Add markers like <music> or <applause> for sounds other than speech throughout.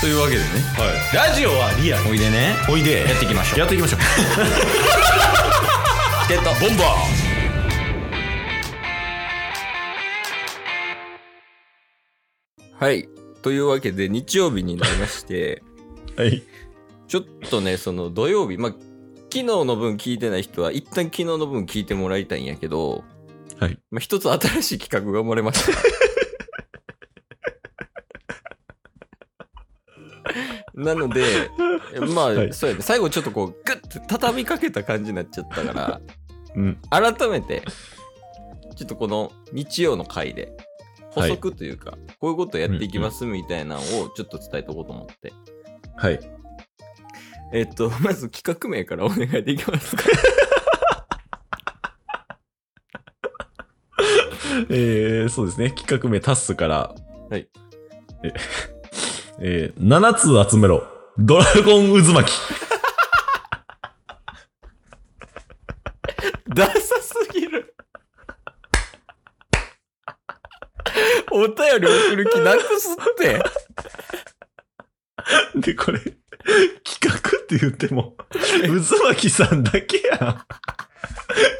というわけでねラジオはリアルおいでねおいでやっていきましょうやっていきましょうチケットボンバーはいというわけで日曜日になりましてはいちょっとねその土曜日まあ昨日の分聞いてない人は一旦昨日の分聞いてもらいたいんやけど、はいまあ、一つ新しい企画が生まれました <laughs> なのでまあ、はいそうやね最後ちょっとこうグッて畳みかけた感じになっちゃったからうん改めて、ちょっとこの日曜の回で、補はい足というか、こういうことやっていきますみたいなのをちょっと伝えとこうと思って。はいえっと、まず企画名からお願いできますか <laughs> えー、そうですね企画名タッスからはいええー、7つ集めろドラゴン渦巻き <laughs> ダサすぎる。お便り送る気なくすって。で、これ、企画って言っても、渦巻さんだけやん。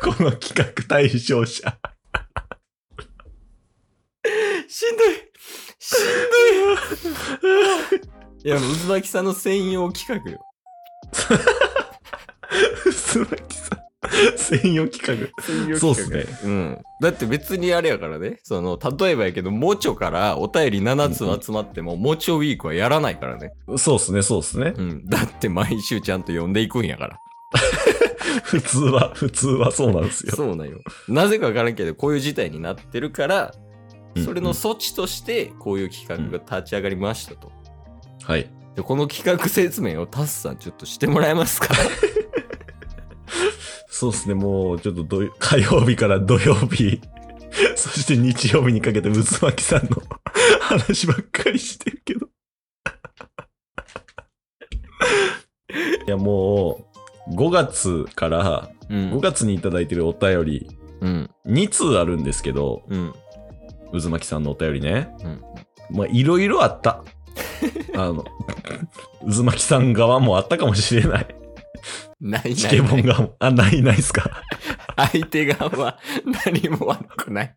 この企画対象者。 <laughs> しんどい。しんどい。いや、もう渦巻きさんの専用企画よ。渦巻さん、専用企専画。そうっすね。うん、だって別にあれやからねその例えばやけどモチョからお便り7つ集まっても、モチョウィークはやらないからね、そうっすね、そうっすね。 <laughs> うん、だって毎週ちゃんと読んでいくんやから普通は、普通はそうなんですよ。そうなんよなぜかわからんけどこういう事態になってるからそれうのん措置としてこういう企画が立ち上がりましたと、うんはい。でこの企画説明をタスさんちょっとしてもらえますかそうっすね、もう、ちょっと土、火曜 <laughs> 日から土曜日、 <laughs> そして日曜日にかけて渦巻さんの <laughs> 話ばっかりしてるけど。 <laughs> いや、もう、5月から、う5ん月にいただいてるお便り、うん2通あるんですけど、うん渦巻さんのお便りね。うんまあ、いろいろあ <laughs> った。あの、渦巻さん側もあったかもしれない。ないチなケいボなンい側も。あ、ないないっすか。相手側は何も悪くない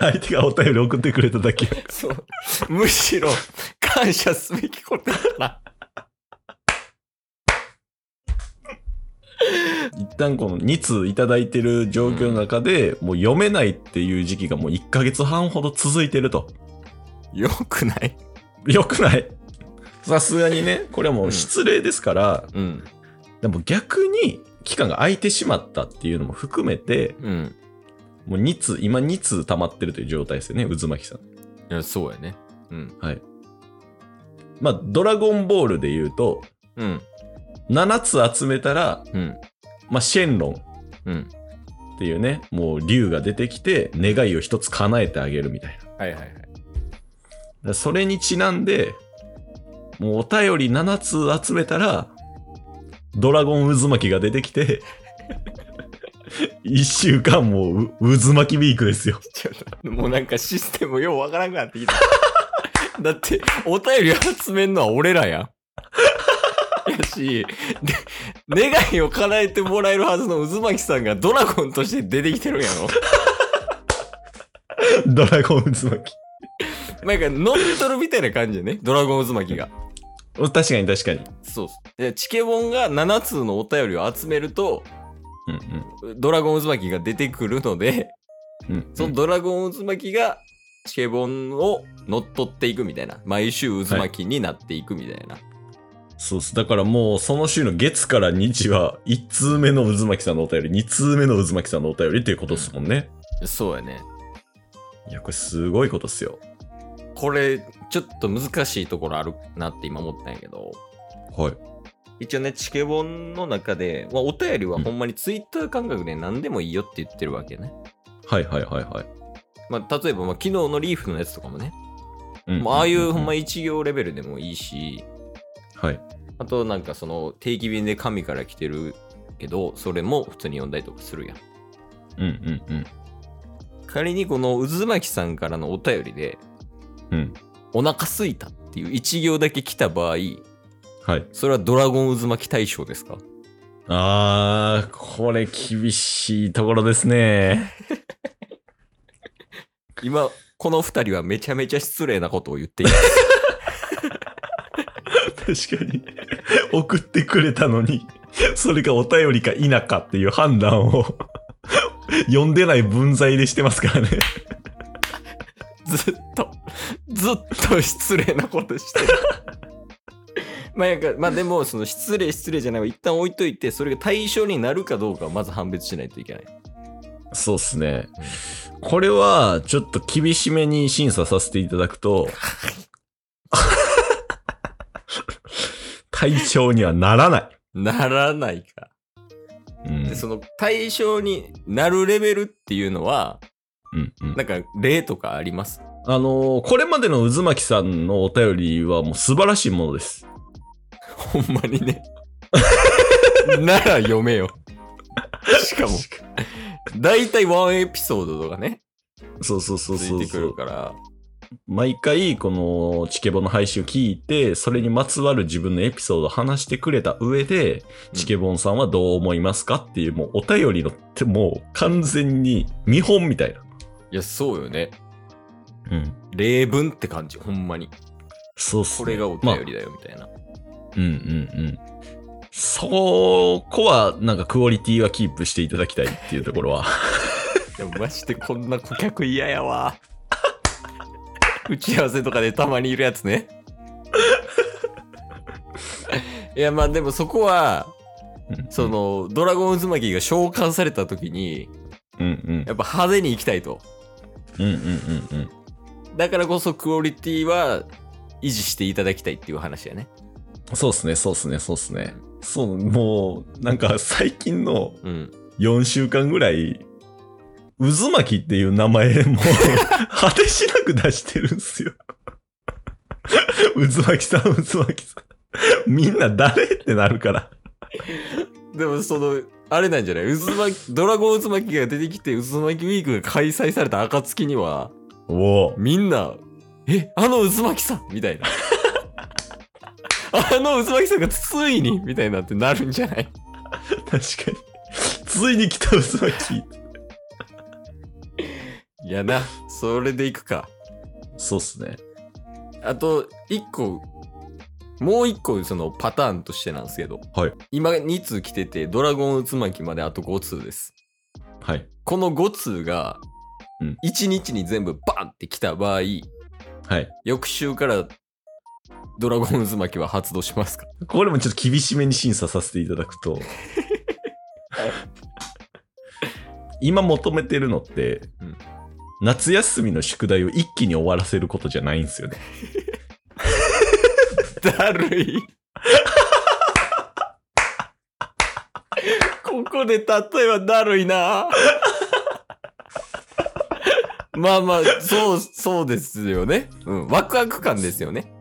相手がお便り送ってくれただけ。そう。むしろ、感謝すべきことやから。一旦この2通いただいてる状況の中で、もう読めないっていう時期がもう1ヶ月半ほど続いてると。よくないよくないさすがにね、これはもう失礼ですから、うん。でも逆に期間が空いてしまったっていうのも含めて、うん。もう2通、今2通溜まってるという状態ですよね、渦巻さん。いや、そうやね。うん。はい。まあ、ドラゴンボールで言うと、うん。 7つ集めたら、うん。まあ、シェンロンうん。っていうね、もう竜が出てきて、願いを一つ叶えてあげるみたいな。はいはいはい。だからそれにちなんで、もうお便り7つ集めたら、ドラゴン渦巻きが出てきて、1週間もうう渦巻きウィークですよ。ちょっと、 <laughs> もうなんかシステムようわからなくなってきた。 <laughs> だって、お便り集めんのは <laughs> 俺らやん。やし、で、願いを叶えてもらえるはずの渦巻さんがドラゴンとして出てきてるんやろ <laughs> ドラゴン渦巻き。なんか乗っ取るみたいな感じやね。ドラゴン渦巻が。確かに確かに。そうっすでチケボンが7通のお便りを集めるとうんドラゴン渦巻きが出てくるのでうん。うん、そのドラゴン渦巻きがチケボンを乗っ取っていくみたいな毎週渦巻きになっていくみたいな、そうっす。だからもうその週の月から日は、1通目の渦巻きさんのお便り、2通目の渦巻きさんのお便りっていうことですもんね。そうやねいや、これすごいことっすよ。これちょっと難しいところあるなって今思ったんやけどはい。一応ねチケボンの中で、まあ、お便りはほんまにツイッター感覚で何でもいいよって言ってるわけね、はいはいはいはい。まあ、例えば、まあ、昨日のリーフのやつとかもね、うんまあああいうほんま1行レベルでもいいし、はい。あとなんかその定期便で神から来てるけど、それも普通に読んだりとかするやん。うんうんうん。仮にこの渦巻さんからのお便りで、うんお腹すいたっていう一行だけ来た場合、はい。それはドラゴン渦巻き大賞ですかあー、これ厳しいところですね。 <laughs> 今、この二人はめちゃめちゃ失礼なことを言っている。 <laughs> 確かに。 <laughs> 送ってくれたのに、それがお便りか否かっていう判断を、 <laughs> 読んでない文在でしてますからね。 <laughs> ずっと、ずっと失礼なことしてる。 <laughs> まあなんか、まあでも、その失礼失礼じゃないは一旦置いといて、それが対象になるかどうかをまず判別しないといけない。そうっすね。これは、ちょっと厳しめに審査させていただくと、 <laughs> 対象にはならない。ならないか。うんで、その対象になるレベルっていうのは、うんうんなんか例とかあります <laughs> あのーこれまでの渦巻さんのお便りはもう素晴らしいものです。ほんまに <laughs> ね。なら読 <laughs> めよ。しかも、大体ワンエピソードとかね、そうそうそうつそいうてくそるう。から。毎回、このチケボの配信を聞いて、それにまつわる自分のエピソードを話してくれた上で、チケボンさんはどう思いますかっていう、もうお便りのって、もう完全に見本みたいいな。や、そうよね。うん。例文って感じ、ほんまに。そうっす、これがおまあ便りだよ、みたいな。うんうんうん。そこは、なんかクオリティはキープしていただきたいっていうところ <laughs> は。でもマジでこんな顧客嫌やわ。打ち合わせとかでたまにいるやつね。いやまあでもそこは、そ、のドラゴン渦巻きが召喚された時に、うんうん。やっぱ派手に行きたいと。うんうんうんうん。だからこそクオリティは維持していただきたいっていう話やね。そうっすね、そうっすね、そうっすね。そう、もう、なんか最近のうん。 4週間ぐらい、渦巻きっていう名前 <laughs> も果てしなく出してるんすよ。渦巻きさん、渦巻きさん。みんな誰ってなるから。でもその、あれなんじゃない渦巻き、ドラゴン渦巻きが出てきて渦巻きウィークが開催された暁には、おお。みんな、え、あの渦巻きさんみたいな。 <laughs> あの渦巻きさんがついにみたいなってなるんじゃない確かに。ついに来た渦巻き。いやな、それでいくか。そうっすね。あと、一個、もう一個そのパターンとしてなんですけど、はい今2通来てて、ドラゴン渦巻きまであと5通です。はい。この5通がうん、 1日に全部バンって来た場合、はい。翌週からドラゴン渦巻きは発動しますか <laughs> これもちょっと厳しめに審査させていただくと。今求めてるのって、うん夏休みの宿題を一気に終わらせることじゃないんですよね。だるい。 <laughs> ここで例えばだるいな。 <laughs> まあまあ、そう、そうですよね。うん。ワクワク感ですよね。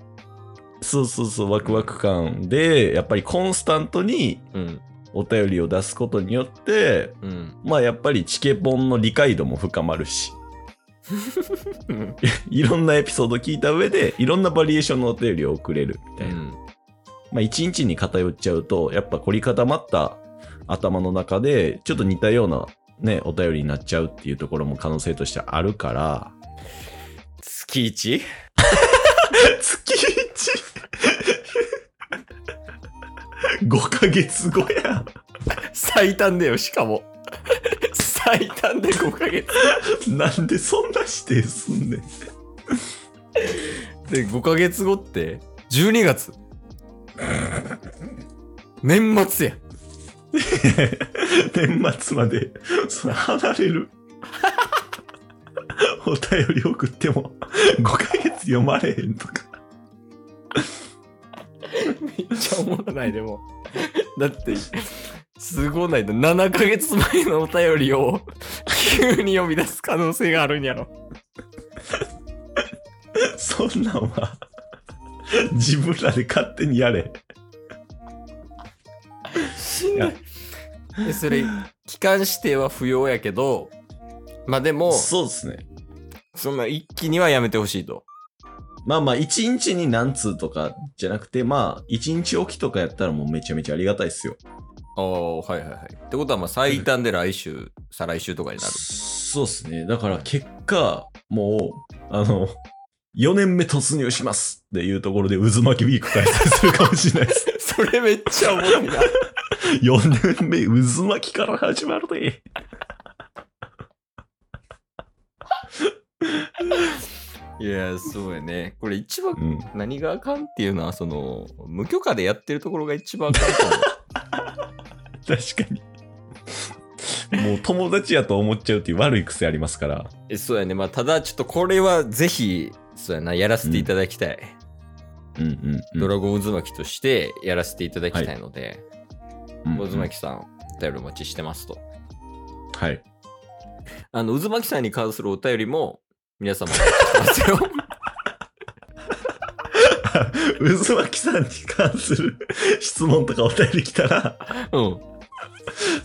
そうそうそう、ワクワク感で、やっぱりコンスタントにうん。お便りを出すことによって、うん。まあやっぱりチケポンの理解度も深まるし、いろんなエピソード聞いた上で、いろんなバリエーションのお便りを送れるみたいな。まあ、一日に偏っちゃうと、やっぱ凝り固まった頭の中で、ちょっと似たようなね、お便りになっちゃうっていうところも可能性としてあるから、月一 <laughs> 月一 !5 ヶ月後や。最短だよ、しかも。 <laughs> 最短で5ヶ月。なんでそんな指定すんねん。で、5ヶ月後って、12月。年末や。年末まで、それ離れる。お便り送っても、5ヶ月読まれへんとか。めっちゃおもろないでもだってすごないと7ヶ月前のお便りを急に呼び出す可能性があるんやろそんなんは自分らで勝手にやれ。しんどいでそれ期間指定は不要やけどまあでもそうですね。そんな一気にはやめてほしいとまあまあ、一日に何通とかじゃなくて、まあ、一日おきとかやったらもうめちゃめちゃありがたいっすよ。ああ、はいはいはい。ってことは、まあ、最短で来週、再来週とかになる。そうっすね。だから結果、もう、あの、4年目突入しますっていうところで渦巻きウィーク開催するかもしれない <laughs> です。 <laughs> それめっちゃおもろいな。 4年目渦巻きから始まるで。いや、そうやね。これ一番うん。何があかんっていうのは、その、無許可でやってるところが一番あかんと思確かに。もう友達やと思っちゃうっていう悪い癖ありますから。う <laughs> え。そうやね。まあ、ただ、ちょっとこれはぜひ、そうやな、やらせていただきたい。うんうん、うん。ドラゴン渦巻きとしてやらせていただきたいので、うんうん渦巻きさん、お便りお待ちしてますと。はい。あの、渦巻きさんに関するお便りも、皆様お待ちしてますよ。 <laughs> 渦巻きさんに関する質問とかお便り来たら、 <laughs> うん。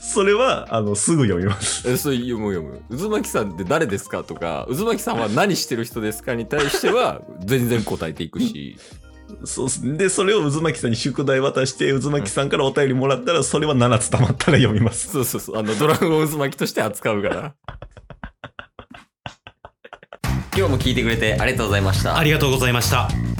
それは、あの、すぐ読みます。えそう読む読む渦巻さんって誰ですかとか渦巻さんは何してる人ですかに対しては全然答えていくしそうっすで、それを渦巻きさんに宿題渡して、渦巻きさんからお便りもらったら、それは7つ溜まったら読みます。そうそうそうあのドラゴン渦巻きとして扱うから <laughs> 今日も聞いてくれてありがとうございましたありがとうございました